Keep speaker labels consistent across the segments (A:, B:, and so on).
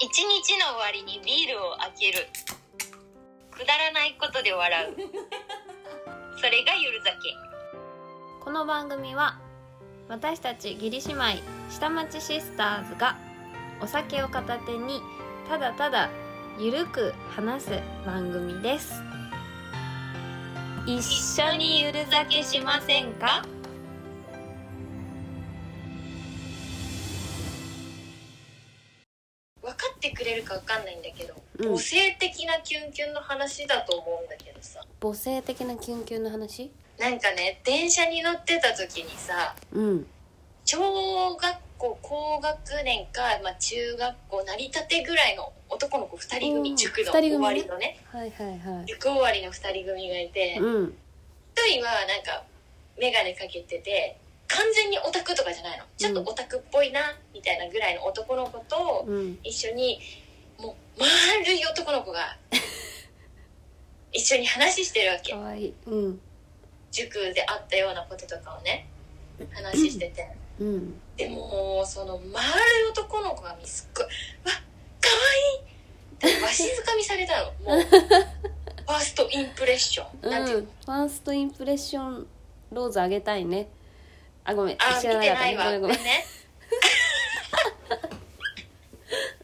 A: 一日の終わりにビールを開けるくだらないことで笑うそれがゆる酒
B: この番組は私たち義理姉妹下町シスターズがお酒を片手にただただゆるく話す番組です一緒にゆる酒しませんか
A: 分かってくれるか分かんないんだけど、
B: うん
A: 母性的なキュンキュンの話だと思うんだけどさ
B: 母性的なキュンキュンの話
A: なんかね電車に乗ってた時にさ
B: うん
A: 小学校高学年か、まあ、中学校成り立てぐらいの男の子2人組、
B: うん
A: 塾の
B: 二人組ね
A: 終わりのね
B: はいはいは
A: 塾終わりの2人組がいて、
B: うん
A: 一人はなんか眼鏡かけてて完全にオタクとかじゃないのちょっとオタクっぽいなみたいなぐらいの男の子と
B: うん
A: 一緒にもう丸い男の子 が一緒に話してるわけ
B: わいいうん
A: 塾で会ったようなこととかをね話してて
B: うん
A: でもその丸い男の子がすっごい「わかわいい!」ってわしづかみされ たのもうファーストインプレッション、
B: うん
A: なんていうの
B: ファーストインプレッションローズあげたいねあごめん
A: あ見
B: 知らな
A: て
B: かった
A: ない
B: ね
A: わ
B: ごめんごめん
A: でね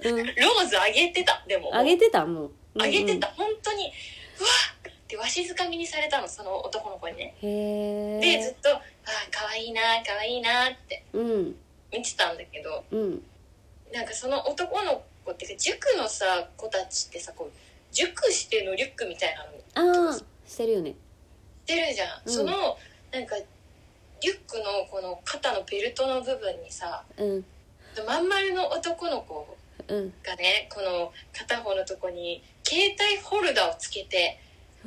B: うん
A: ローズあげてたでも
B: あげて たもううん
A: あげてた、本当にうわっってわしづかみにされたのその男の子にね
B: うんへ
A: でず
B: え
A: っと「あーかわいいなかわいいな」って
B: うん
A: 見てたんだけど
B: うん
A: なんかその男の子っていうか塾のさ子たちってさこう塾してのリュックみたいなの
B: ああしてるよね
A: 出るじゃん、
B: うん
A: そのなんかリュックのこの肩のベルトの部分にさ
B: うん
A: まん丸の男の子
B: うん
A: がねこの片方のとこに携帯ホルダーをつけて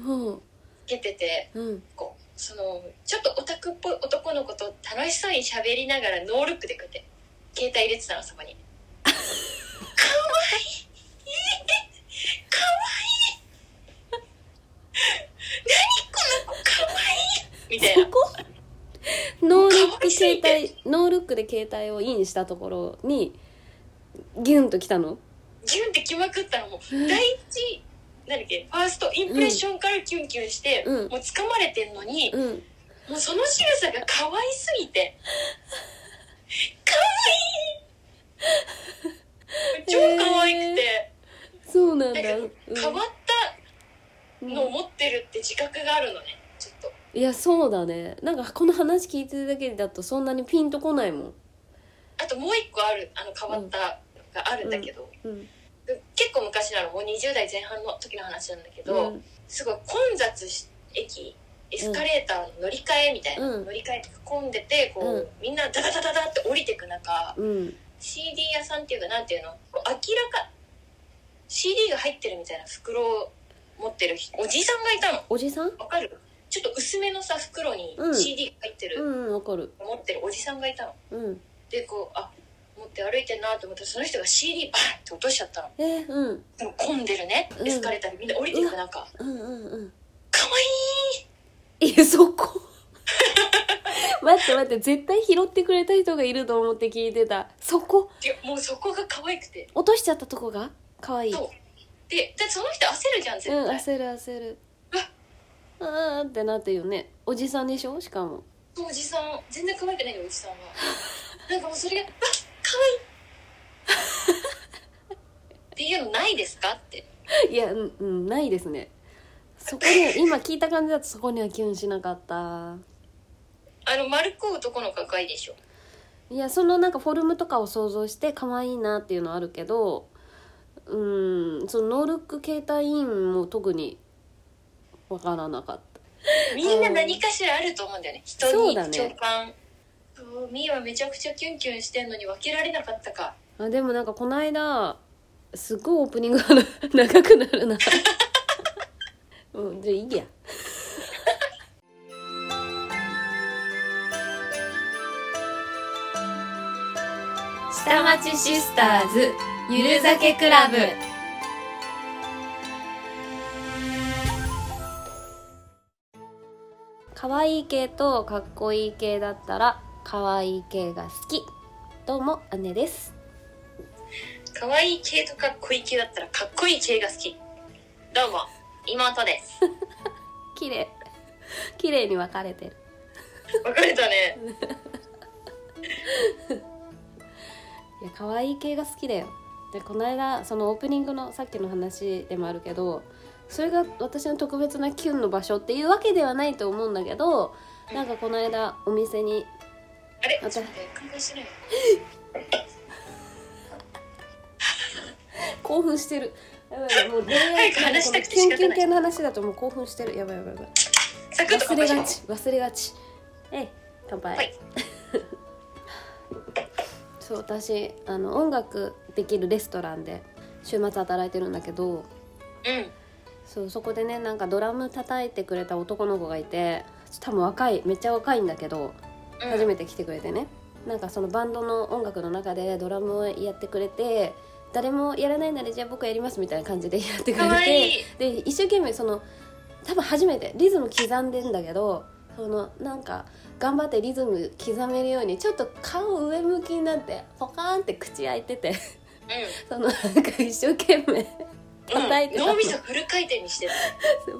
B: ほ
A: つけてて
B: ううん
A: こうそのちょっとオタクっぽい男の子と楽しそうに喋りながらノールックでこうやって携帯入れてたのそ こにかわいいかわいい何この子かわいいみたいな
B: ここノールック携帯ノールックで携帯をインしたところにギュンときたの
A: ギュンってきまくったのもう第一何だっけファーストインプレッションからキュンキュンして、
B: うん
A: もう掴まれてんのに、
B: うん
A: もうその仕草が可愛すぎて可愛い超可愛くて、
B: そうなんだ
A: なん変わった
B: うん
A: のを持ってるって自覚があるのねちょっと
B: いやそうだねなんかこの話聞いてるだけだとそんなにピンとこないもん
A: あともう一個あるあの変わったのがあるんだけど、
B: うん
A: 結構昔なのもう20代前半の時の話なんだけ
B: う
A: ど、
B: ん
A: すごい混雑し駅エスカレーターの乗り換えみたいな、
B: うん
A: 乗り換えとか混んでてこう、
B: うん
A: みんなダダダダダって降りてく中、
B: うん
A: CD 屋さんっていうかなんていうのこう明らか CD が入ってるみたいな袋を持ってる人おじいさんがいたの
B: おじさん
A: わかるちょっと薄めのさ袋に
B: うん
A: CD が入って
B: う
A: る、
B: んうんわかる
A: 持ってるおじさんがいたの
B: うん
A: でこうあ持って歩いてんなと思ったらその人が CD バーンって落としちゃったの
B: えーうん
A: でも混んでるね
B: うん
A: エスカレーターにみんな降りていくなんか
B: うんうんうん
A: かわ
B: いやそこ 待って待って絶対拾ってくれた人がいると思って聞いてたそこ
A: いいってもうそこが可愛くて
B: 落としちゃったとこが可愛い
A: そうででその人焦るじゃん絶
B: うん
A: 対、
B: 焦る焦るあーってなってるよねおじさんでしょしかも
A: おじさん全然可愛くないよおじさんは なんかもうそれが「わ可愛いっていうのないですかって
B: いやうんうんないですねそこに今聞いた感じだとそこにはキュンしなかった
A: あの丸っこい男の子が可愛いでしょ
B: いやそのなんかフォルムとかを想像して可愛いなっていうのはあるけどうんそのノールック携帯インも特にわからなかった
A: みんな何かしらあると思うんだよね人
B: そう
A: に
B: だね
A: 共感そうみーはめちゃくちゃキュンキュンしてんのに分けられなかったか
B: あでもなんかこの間すごいオープニングが長くなるなうんじゃあいいや下町シスターズゆる酒クラブ可愛い系とかっこいい系だったら可愛い系が好きどうも姉です
A: 可愛い系とかっこいい系だったらかっこいい系が好きどうも妹です
B: 綺麗綺麗に分かれてる
A: 別れたね
B: いや可愛い系が好きだよでこの間そのオープニングのさっきの話でもあるけどそれが私の特別なキュンの場所っていうわけではないと思うんだけどなんかこの間お店に
A: あれ
B: また
A: ちょっと待って考えしない
B: 興奮してるやばいやばいもう恋愛
A: 早く話したくて
B: キュ
A: 仕
B: ン
A: 方ない
B: キュン系の話だともう興奮してるやばいやばいやばい
A: サクッと
B: 忘
A: 乾杯
B: れ
A: し
B: が
A: ます
B: ち忘れがちえい乾杯、
A: はい
B: そう私あの音楽できるレストランで週末働いてるんだけど
A: うん
B: そうそこでねなんかドラム叩いてくれた男の子がいて多分若いめっちゃ若いんだけど初めて来てくれてねなんかそのバンドの音楽の中でドラムをやってくれて誰もやらないならじゃあ僕やりますみたいな感じでやってく
A: かわ
B: れて
A: いい
B: で一生懸命その多分初めてリズム刻んでんだけどそのなんか頑張ってリズム刻めるようにちょっと顔上向きになってポカーンって口開いててそのなんか一生懸命
A: うん、
B: 叩いてた
A: うん、脳みそフル回転にしてる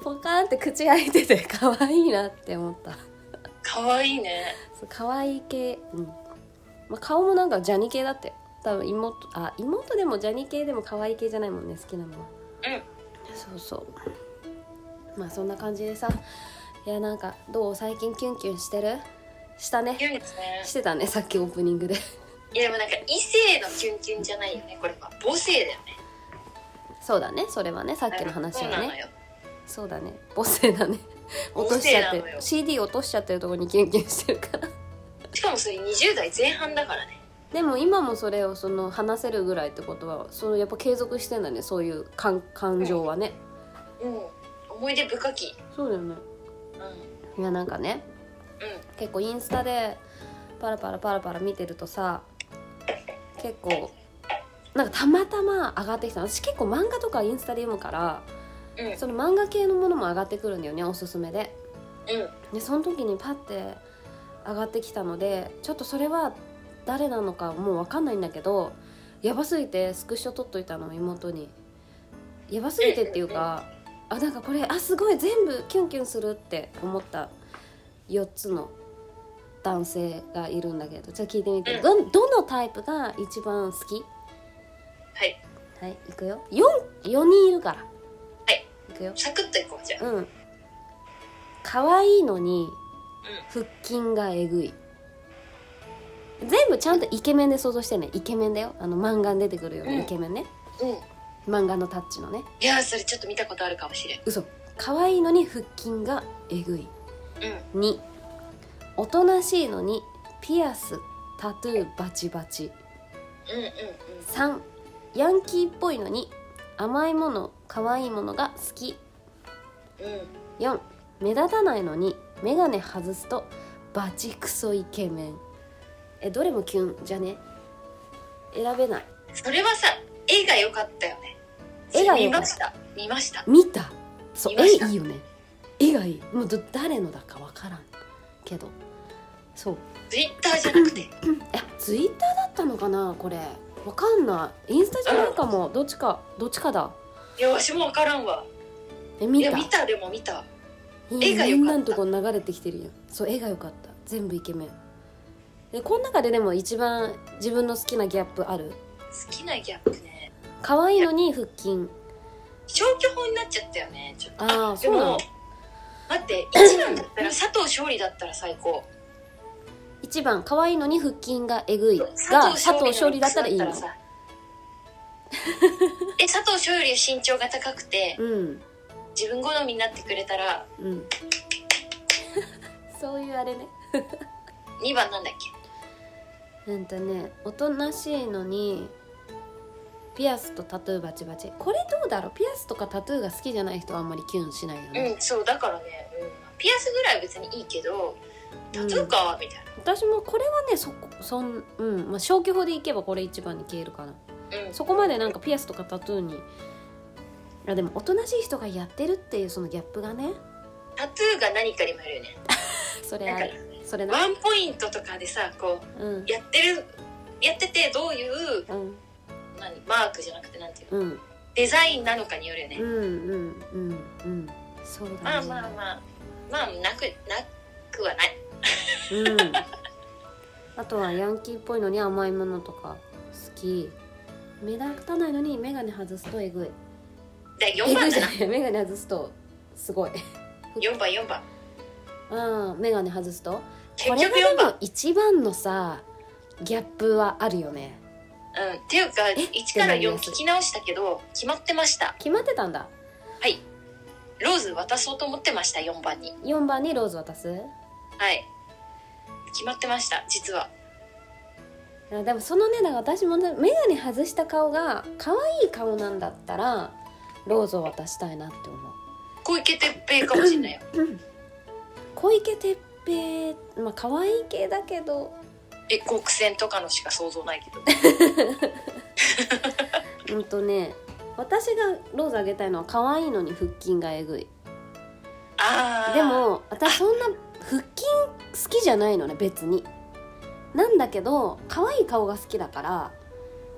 B: ポカーンって口開いてて可愛いなって思った
A: 可愛いね
B: そう可愛い系、うんまあ、顔もなんかジャニ系だって多分妹あ妹でもジャニ系でも可愛い系じゃないもんね好きなのは
A: うん
B: そうそうまあそんな感じでさいやなんかどう最近キュンキュンしてるしたね
A: キュンですね
B: してたねさっきオープニングで
A: いやでもなんか異性のキュンキュンじゃないよねこれは母性だよね
B: そうだねそれはねさっきの話
A: そう
B: は
A: なの
B: ね
A: よ
B: そうだね母性だね落と
A: 母
B: しち
A: 性
B: ゃっ
A: な
B: て
A: のよ
B: る CD 落としちゃってるところにキュンキュンしてるから
A: しかもそれ20代前半だからね
B: でも今もそれをその話せるぐらいってことはそのやっぱ継続してんだねそういう感感情はね、
A: うん思い出深き
B: そうだよね
A: うんうん
B: いやなんかね結構インスタでパラパラパラパラ見てるとさ結構なんかたまたま上がってきたの私結構漫画とかインスタで読むから
A: うん
B: その漫画系のものも上がってくるんだよねおすすめで
A: うん
B: でその時にパッて上がってきたのでちょっとそれは誰なのかもう分かんないんだけどやばすぎてスクショ撮っといたの妹にやばすぎてっていうかあなんかこれあすごい全部キュンキュンするって思った4つの男性がいるんだけどちょっと聞いてみて、
A: うん
B: どどのタイプが一番好き
A: はい
B: はいいくよ 4, 4人いるから
A: はい
B: いくよ
A: サクッといこうじゃあ
B: うん可愛いのに腹筋がえぐい全部ちゃんとイケメンで想像してねイケメンだよあの漫画に出てくるよう
A: うん
B: なイケメンね、
A: うんうん
B: 漫画のタッチのね
A: いやーそれちょっと見たことあるかもしれん
B: 嘘可愛いのに腹筋がえぐい
A: うん
B: 2おとなしいのにピアスタトゥーバチバチ
A: うんうんうん
B: 3ヤンキーっぽいのに甘いもの可愛いものが好き
A: うん
B: 4目立たないのに眼鏡外すとバチクソイケメンえどれもキュンじゃね選べない
A: それはさ絵が良かったよね
B: 絵が良
A: 見ま
B: かった
A: した見ました
B: 見たそう
A: 見ま
B: 絵
A: した
B: いいよね絵がいいもうど誰のだかわからんけどそう
A: ツイッターじゃなくて
B: えツイッターだったのかなこれわかんないインスタじゃないかもどっちかどっちかだ
A: いやわしもわからんわ
B: え見
A: いや
B: た
A: 見たでも見た
B: うん
A: 絵が良かった
B: みんなのとこに流れてきてるやんそう絵が良かった全部イケメンでこの中ででも一番自分の好きなギャップある
A: 好きなギャップね
B: 可愛いのに腹筋
A: 消去法になっちゃったよねちょっと
B: ああ
A: で
B: そうなの
A: も待って一番だったら佐藤勝利だったら最高
B: 1番可愛いのに腹筋がえぐいが
A: 佐藤
B: 佐
A: 勝
B: 藤勝
A: 利
B: 利
A: のミッ
B: だ
A: クス
B: ったらいいの
A: さえ佐藤勝利は身長が高くて
B: うん
A: 自分好みになってくれたら
B: うんそういうあれね
A: 2番なんだっけ
B: うんとねおとなしいのにピアスとタトゥーバチバチこれどうだろうピアスとかタトゥーが好きじゃない人はあんまりキュンしないよね、
A: うんそうだからね、うん、ピアスぐらいは別にいいけどタトゥーか、みたい
B: 私もこれはねそこそん、うんまあ、消去法でいけばこれ一番に消えるかな
A: な、うん、
B: そこまでなんかピアスとかタトゥーにあでもおとなしい人がやってるっていうそのギャップがね
A: タトゥーが何かにもよるよね
B: それ
A: な
B: あ
A: んか
B: るそれな
A: ワンポイントとかでさこ
B: うん
A: うやってるやっててどういう
B: うん
A: 何マークじゃなくてなんていうの
B: うん
A: デザインなのかによるよね、
B: うんうんうんうんそう
A: ま
B: だ
A: あ
B: ね
A: まあまあまあなくなくはない
B: うんあとはヤンキーっぽいのに甘いものとか好き目立たないのに眼鏡外すとえぐい
A: で
B: え
A: 4
B: ぐ
A: 番
B: いじ
A: だ
B: ゃ
A: な
B: ない眼鏡外すとすごい
A: 4番4番
B: うん眼鏡外すと
A: 結
B: こ
A: 局4
B: れがで
A: 番
B: も一番のさギャップはあるよね
A: うんっていうか1から4聞き直したけど決まってました
B: 決まってたんだ
A: はいローズ渡そうと思ってました4番に
B: 4番にローズ渡す
A: はい決まってました実は
B: あでもそのねだから私もね眼鏡外した顔が可愛い顔なんだったらローズを渡したいなって思う
A: 小池徹平かもしれ ないよ
B: 小池徹平まあ可愛い系だけど
A: え極戦とかのしか想像ないけ ど
B: うんとね私がローズあげたいのは可愛いのに腹筋がえぐい
A: ああ
B: でも私そんな腹筋好きじゃないのね別になんだけど可愛い顔が好きだから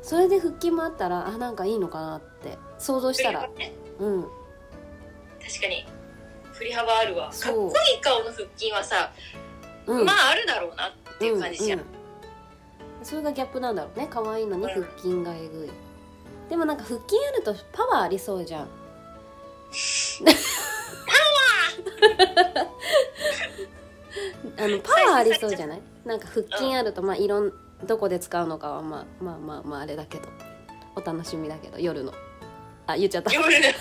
B: それで腹筋もあったらあなんかいいのかなって想像したら
A: 振り幅ね
B: うん
A: 確かに振り幅あるわかっ
B: そ
A: こ
B: う
A: いい顔の腹筋はさ、
B: うん
A: まああるだろうなっていう感じじゃん、
B: うんうんそれがギャップなんだろうね可愛いのに腹筋がえぐいでもなんか腹筋あるとパワーありそうじゃんパワー あのパワーありそうじゃないなんか腹筋あるとまあいろんどこで使うのかはまあまあまあまああれだけどお楽しみだけど夜のあ言っちゃった
A: 夜 なんか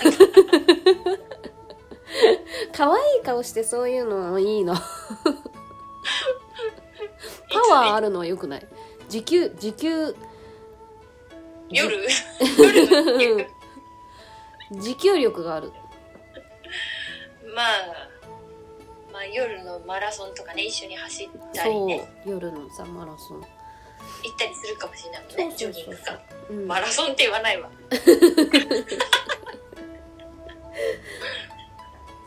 B: 可愛い顔してそういうの もいいのパワーあるのは良くない時給時給
A: 夜夜
B: うん持久力がある
A: まあまあ夜のマラソンとかね一緒に走ったり
B: そ
A: ね
B: う夜のさマラソン
A: 行ったりするかもしれないもんねジョギングか
B: うん
A: マラソンって言わないわな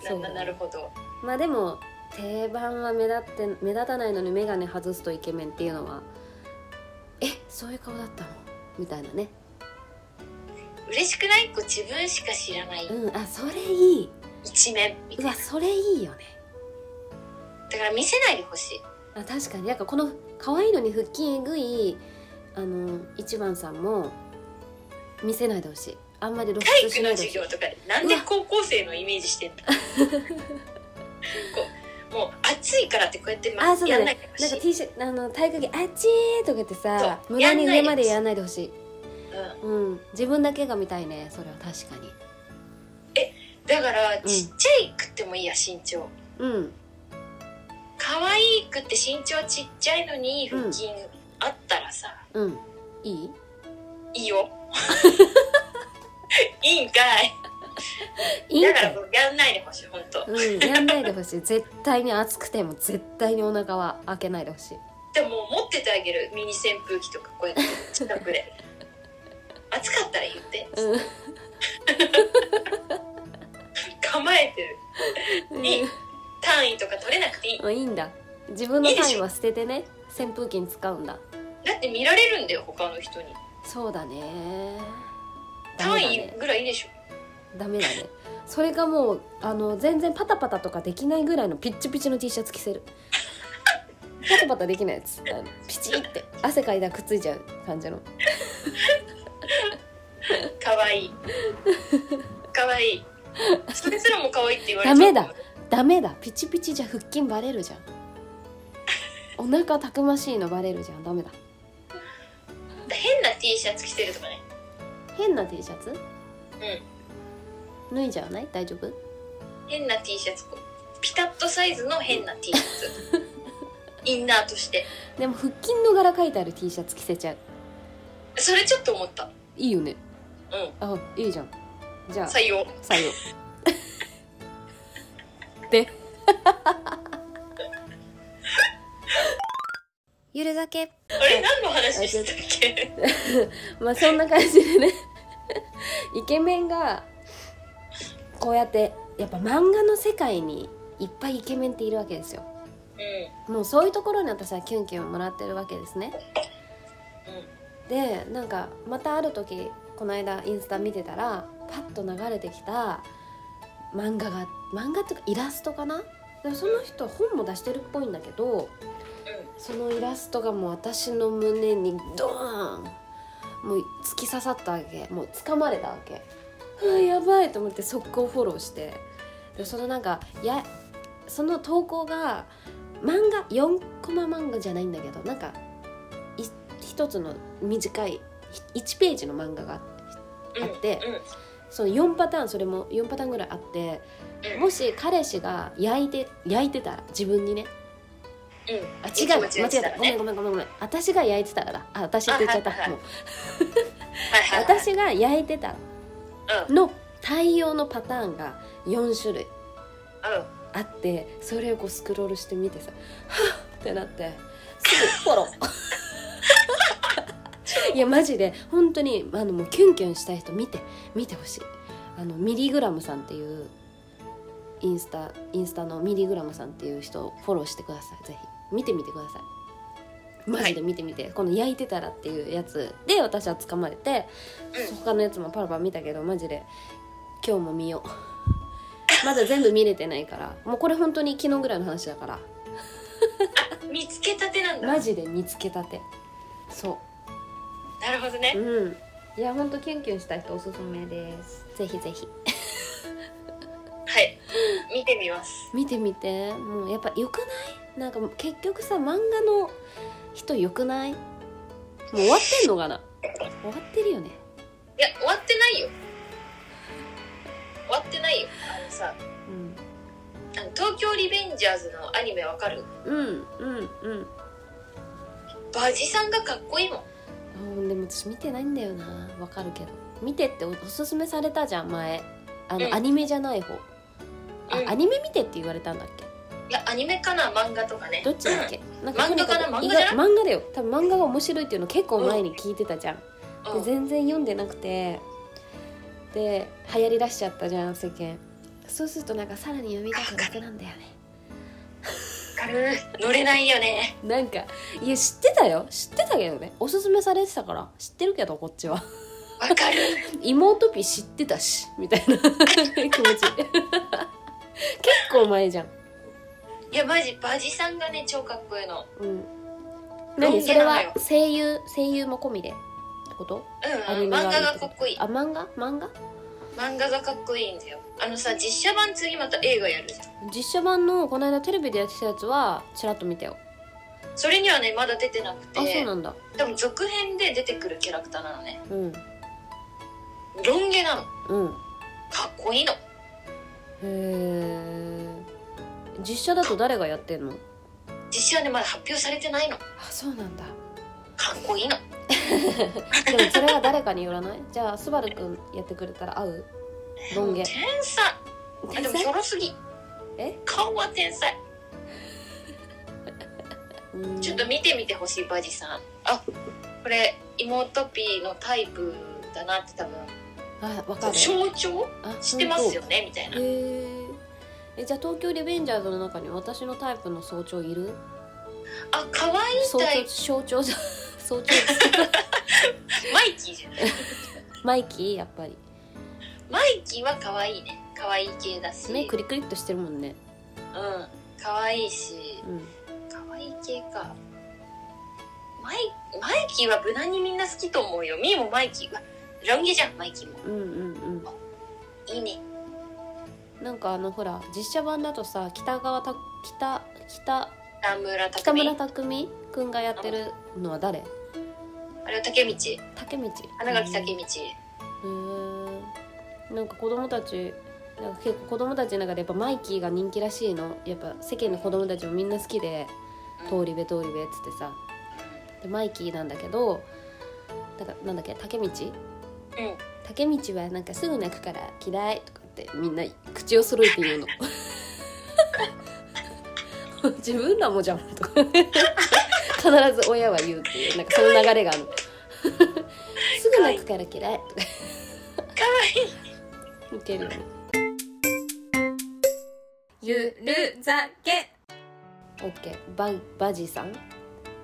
B: そう
A: ななるほど
B: まあでも定番は目立って目立たないのに眼鏡外すとイケメンっていうのはえそういう顔だったのみたいなね
A: 嬉しくないこう自分しか知らない
B: うんあそれいい
A: 一面みた
B: う
A: いな
B: わそれいいよね
A: だから見せないでほしい
B: あ確かになんかこの可愛いのに腹筋えぐいあの一番さんも見せないでほしいあんまり露
A: 体
B: 出し
A: 育
B: な
A: の
B: いでほ
A: 授
B: しい
A: 業とかでなんで高校生のイメージしてん のこうもう暑いからってこうやってま
B: あそうだ
A: やん
B: ね
A: ないでほ
B: なん
A: し
B: か
A: い
B: T シャツあの体育着あっちーとか言ってさ
A: そう
B: 無駄
A: やん
B: に
A: ない
B: 上
A: で
B: までやんないでほしい
A: うん
B: うん、自分だけが見たいねそれは確かに
A: だから
B: ん
A: ちっちゃいくってもいいや身長
B: うん
A: 可愛くって身長ちっちゃいのに腹筋あったらさ、
B: うんいい
A: いい よいいんかい
B: いい
A: だ
B: んか
A: から
B: い
A: もうやんないでほしい本当
B: うんやんないでほしい絶対に暑くても絶対にお腹は開けないでほしい
A: でももう持っててあげるミニ扇風機とかこうやって近くで暑かったら言って、構えてる
B: うん
A: いい単位とか取れなくていい
B: あいいんだ自分の単位は捨ててね扇風機に使うんだ
A: だって見られるんだよ他の人に
B: そうだねダ
A: 単
B: メだ
A: 位
B: ね
A: ぐらいいいでしょ
B: ダメだねそれがもうあの全然パタパタとかできないぐらいのピッチピチの T シャツ着せるパタパタできないやつあのピチって汗かいたらくっついちゃう感じの
A: 可愛いい可愛いいそれすらも可愛いって言われ
B: ダ
A: ちゃ
B: メ
A: う
B: だダメだピチピチじゃ腹筋バレるじゃんお腹たくましいのバレるじゃんダメだ
A: 変な T シャツ着てるとかね
B: 変な T シャツ
A: うん
B: 脱いじゃわない大丈夫
A: 変な T シャツこうピタッとサイズの変な T シャツ インナーとして
B: でも腹筋の柄書いてある T シャツ着せちゃう
A: それちょっと思った
B: いいよね
A: うん
B: あいいじゃんじゃあ
A: 採用
B: 採用でゆる酒
A: あれ何の話してたっけ
B: まあそんな感じでねイケメンがこうやってやっぱ漫画の世界にいっぱいイケメンっているわけですよ
A: う
B: もうそういうところに私はキュンキュンもらってるわけですね、でなんかまたある時この間インスタ見てたらパッと流れてきた漫画が漫画っていうかイラストかなでもその人本も出してるっぽいんだけどそのイラストがもう私の胸にドーンもう突き刺さったわけもう掴まれたわけあーやばいと思って速攻フォローしてでそのなんかやその投稿が漫画4コマ漫画じゃないんだけどなんかい一つの短いひ1ページの漫画が
A: うん
B: あって
A: うんうん
B: その4パターンそれも4パターンぐらいあってもし彼氏が焼いて焼いてたら自分にね
A: うん
B: あ違うわ
A: いつも
B: 間違
A: 違ってた
B: えた
A: らね
B: ごめんごめんごめんごめん私が焼いてたらだあ私って言っちゃった
A: あはいはい
B: もう
A: はいはいはい
B: 私が焼いてた
A: うん
B: の対応のパターンが4種類
A: うん
B: あってそれをこうスクロールして見てさ「はっ!」ってなってすぐフォロー いやマジで本当にあのもうキュンキュンしたい人見て見てほしいあのミリグラムさんっていうインスタインスタのミリグラムさんっていう人をフォローしてくださいぜひ見てみてくださいマジで見てみて、この「焼いてたら」っていうやつで私は掴まれて、
A: うん
B: 他のやつもパラパラ見たけどマジで今日も見ようまだ全部見れてないからもうこれ本当に昨日ぐらいの話だから
A: 見つけたてなんだ
B: マジで見つけたてそ
A: なるほど
B: う
A: ね
B: うんいや本当キュンキュンした人おすすめですぜひぜひ
A: はい見てみます
B: 見てみてもうやっぱ良くないなんかもう結局さ漫画の人良くないもう終わってんのかな終わってるよね
A: いや終わってないよ終わってないよあのさ
B: うん
A: あの東京リベンジャーズのアニメわかる
B: うんうんうん
A: バジさんがかっこいいもん
B: あでも私見てないんだよなわかるけど見てっておおすすめされたじゃん前あの、
A: うん
B: アニメじゃない方あ、
A: うん
B: アニメ見てって言われたんだっけ
A: いやアニメかな漫画とかね
B: どっち だっけなん
A: 漫画かな
B: と
A: 漫画じ
B: にく
A: ゃ
B: 意外漫画だよ多分漫画が面白いっていうの結構前に聞いてたじゃん、
A: う
B: で
A: ん
B: 全然読んでなくてで流行りだしちゃったじゃん世間そうするとなんかさらに読みたくなくなんだよね
A: 軽い乗れないよね
B: なんかいや知ってたよ知ってたけどねおすすめされてたから知ってるけどこっ ちは
A: わかる
B: 妹ピ知ってたしみたい な気持ち結構前じゃん、
A: いやマジバジさんがね超かっこいいの
B: うん、何
A: ロン
B: そ
A: 毛
B: れ
A: なのよ
B: は声優声優も込みでってこと
A: うん
B: ア
A: あの
B: ニメ
A: 漫
B: があ
A: 画
B: る
A: が
B: て
A: か
B: と
A: っこいい
B: あ漫画漫画
A: 漫画がかっこいいんだよあのさ実写版次また映画やるじゃん
B: 実写版のこの間テレビでやってたやつはちらっと見たよ
A: それにはねまだ出てなく
B: あそう
A: て
B: なんだ
A: 多分続編で出てくるキャラクターなのね
B: うん
A: ロン毛なの
B: うんへ
A: かっこいいの
B: え実写だと誰がやってんの
A: 実写はねまだ発表されてないのか
B: あそうなんだ
A: っこいいの
B: でもそれは誰かによらないじゃあスバルくんやってくれたら合うロン毛
A: 天才あでもひょろすぎ
B: え
A: 顔は天才
B: うん
A: ちょっと見てみてほしいバジさんあこれ妹ピーのタイプだなって多分
B: あわかる
A: 象徴
B: あ
A: 知ってますよねみたい
B: へ
A: な
B: ーえじゃあ東京リベンジャーズの中に私のタイプの早朝いる
A: あ可愛い
B: 早
A: タイ
B: 朝
A: プ
B: 象徴じゃ 早朝
A: マイキーじゃない
B: マイキーやっぱり
A: マイキーは可愛いね可愛い系だし、
B: ねクリクリっとしてるもんね
A: うん可愛いし
B: うん
A: 可愛い系かマイマイキーは無難にみんな好きと思うよミーもマイキーはロン毛じゃんマイキーも
B: うんうん
A: いいね
B: うんなんかあのほら実写版だとさ北川た北北
A: 北村
B: 北
A: 匠
B: 村
A: 海
B: 匠海くんがやってるのは誰
A: あれは竹道
B: 竹道
A: 花垣竹
B: へ
A: 道
B: ーなんか子供たちなんか結構子供たちの中でやっぱマイキーが人気らしいのやっぱ世間の子供たちもみんな好きで「通
A: り
B: り部通り部」っつってさでマイキーなんだけどなんかなんだっけ竹道
A: うん
B: 竹道はなんかすぐ泣くから嫌いとかってみんな口を揃えて言うの 自分らもじゃんとか必ず親は言うっていうなんかその 流れがあるすぐ泣くから嫌いとか
A: かわいい
B: 言ってるよね
C: ゆるざけ
B: OK ババジさん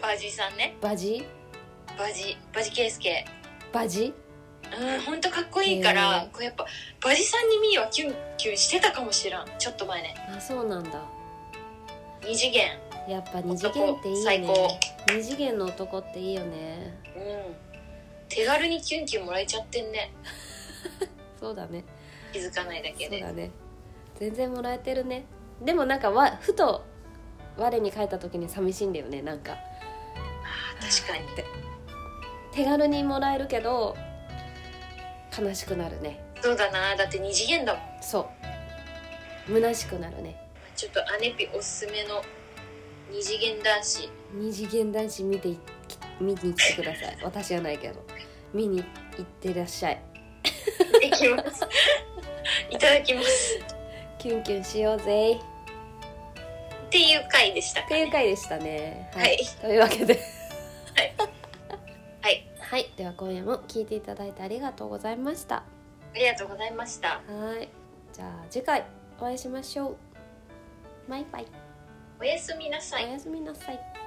A: バジさんね
B: バジ
A: バジバジ圭介
B: バジ
A: うんほんとかっこいいから、
B: へー
A: こうやっぱバジさんにミーはキュンキュンしてたかもしらんちょっと前ね
B: あそうなんだ
A: 二次元
B: やっぱ二次元
A: 男
B: っていいよ
A: 最高
B: ね二次元の男っていいよね
A: うん手軽にキュンキュンもらえちゃってんね
B: そうだね
A: 気づかないだけ
B: そう
A: で
B: だね全然もらえてるねでもなんかわふと我に返った時に寂しいんだよねなんか
A: 確かに
B: 手軽にもらえるけど悲しくなるね
A: そうだなだって二次元だもん
B: そう虚しくなるね
A: ちょっとアネピおすすめの二次元男 子
B: 二次元男子見ていき見に来てください私じゃないけど見に行ってらっしゃい
A: できますいただきます
B: キュンキュンしようぜっ
A: っていう回でしたか
B: ていう
A: ね
B: 回でしたね
A: は
B: はいい、というわけで
A: はいはい、
B: はい、では今夜も聞いていただいてありがとうございました
A: ありがとうございました
B: はいじゃあ次回お会いしましょうバイバイ
A: おやすみなさい
B: おやすみなさい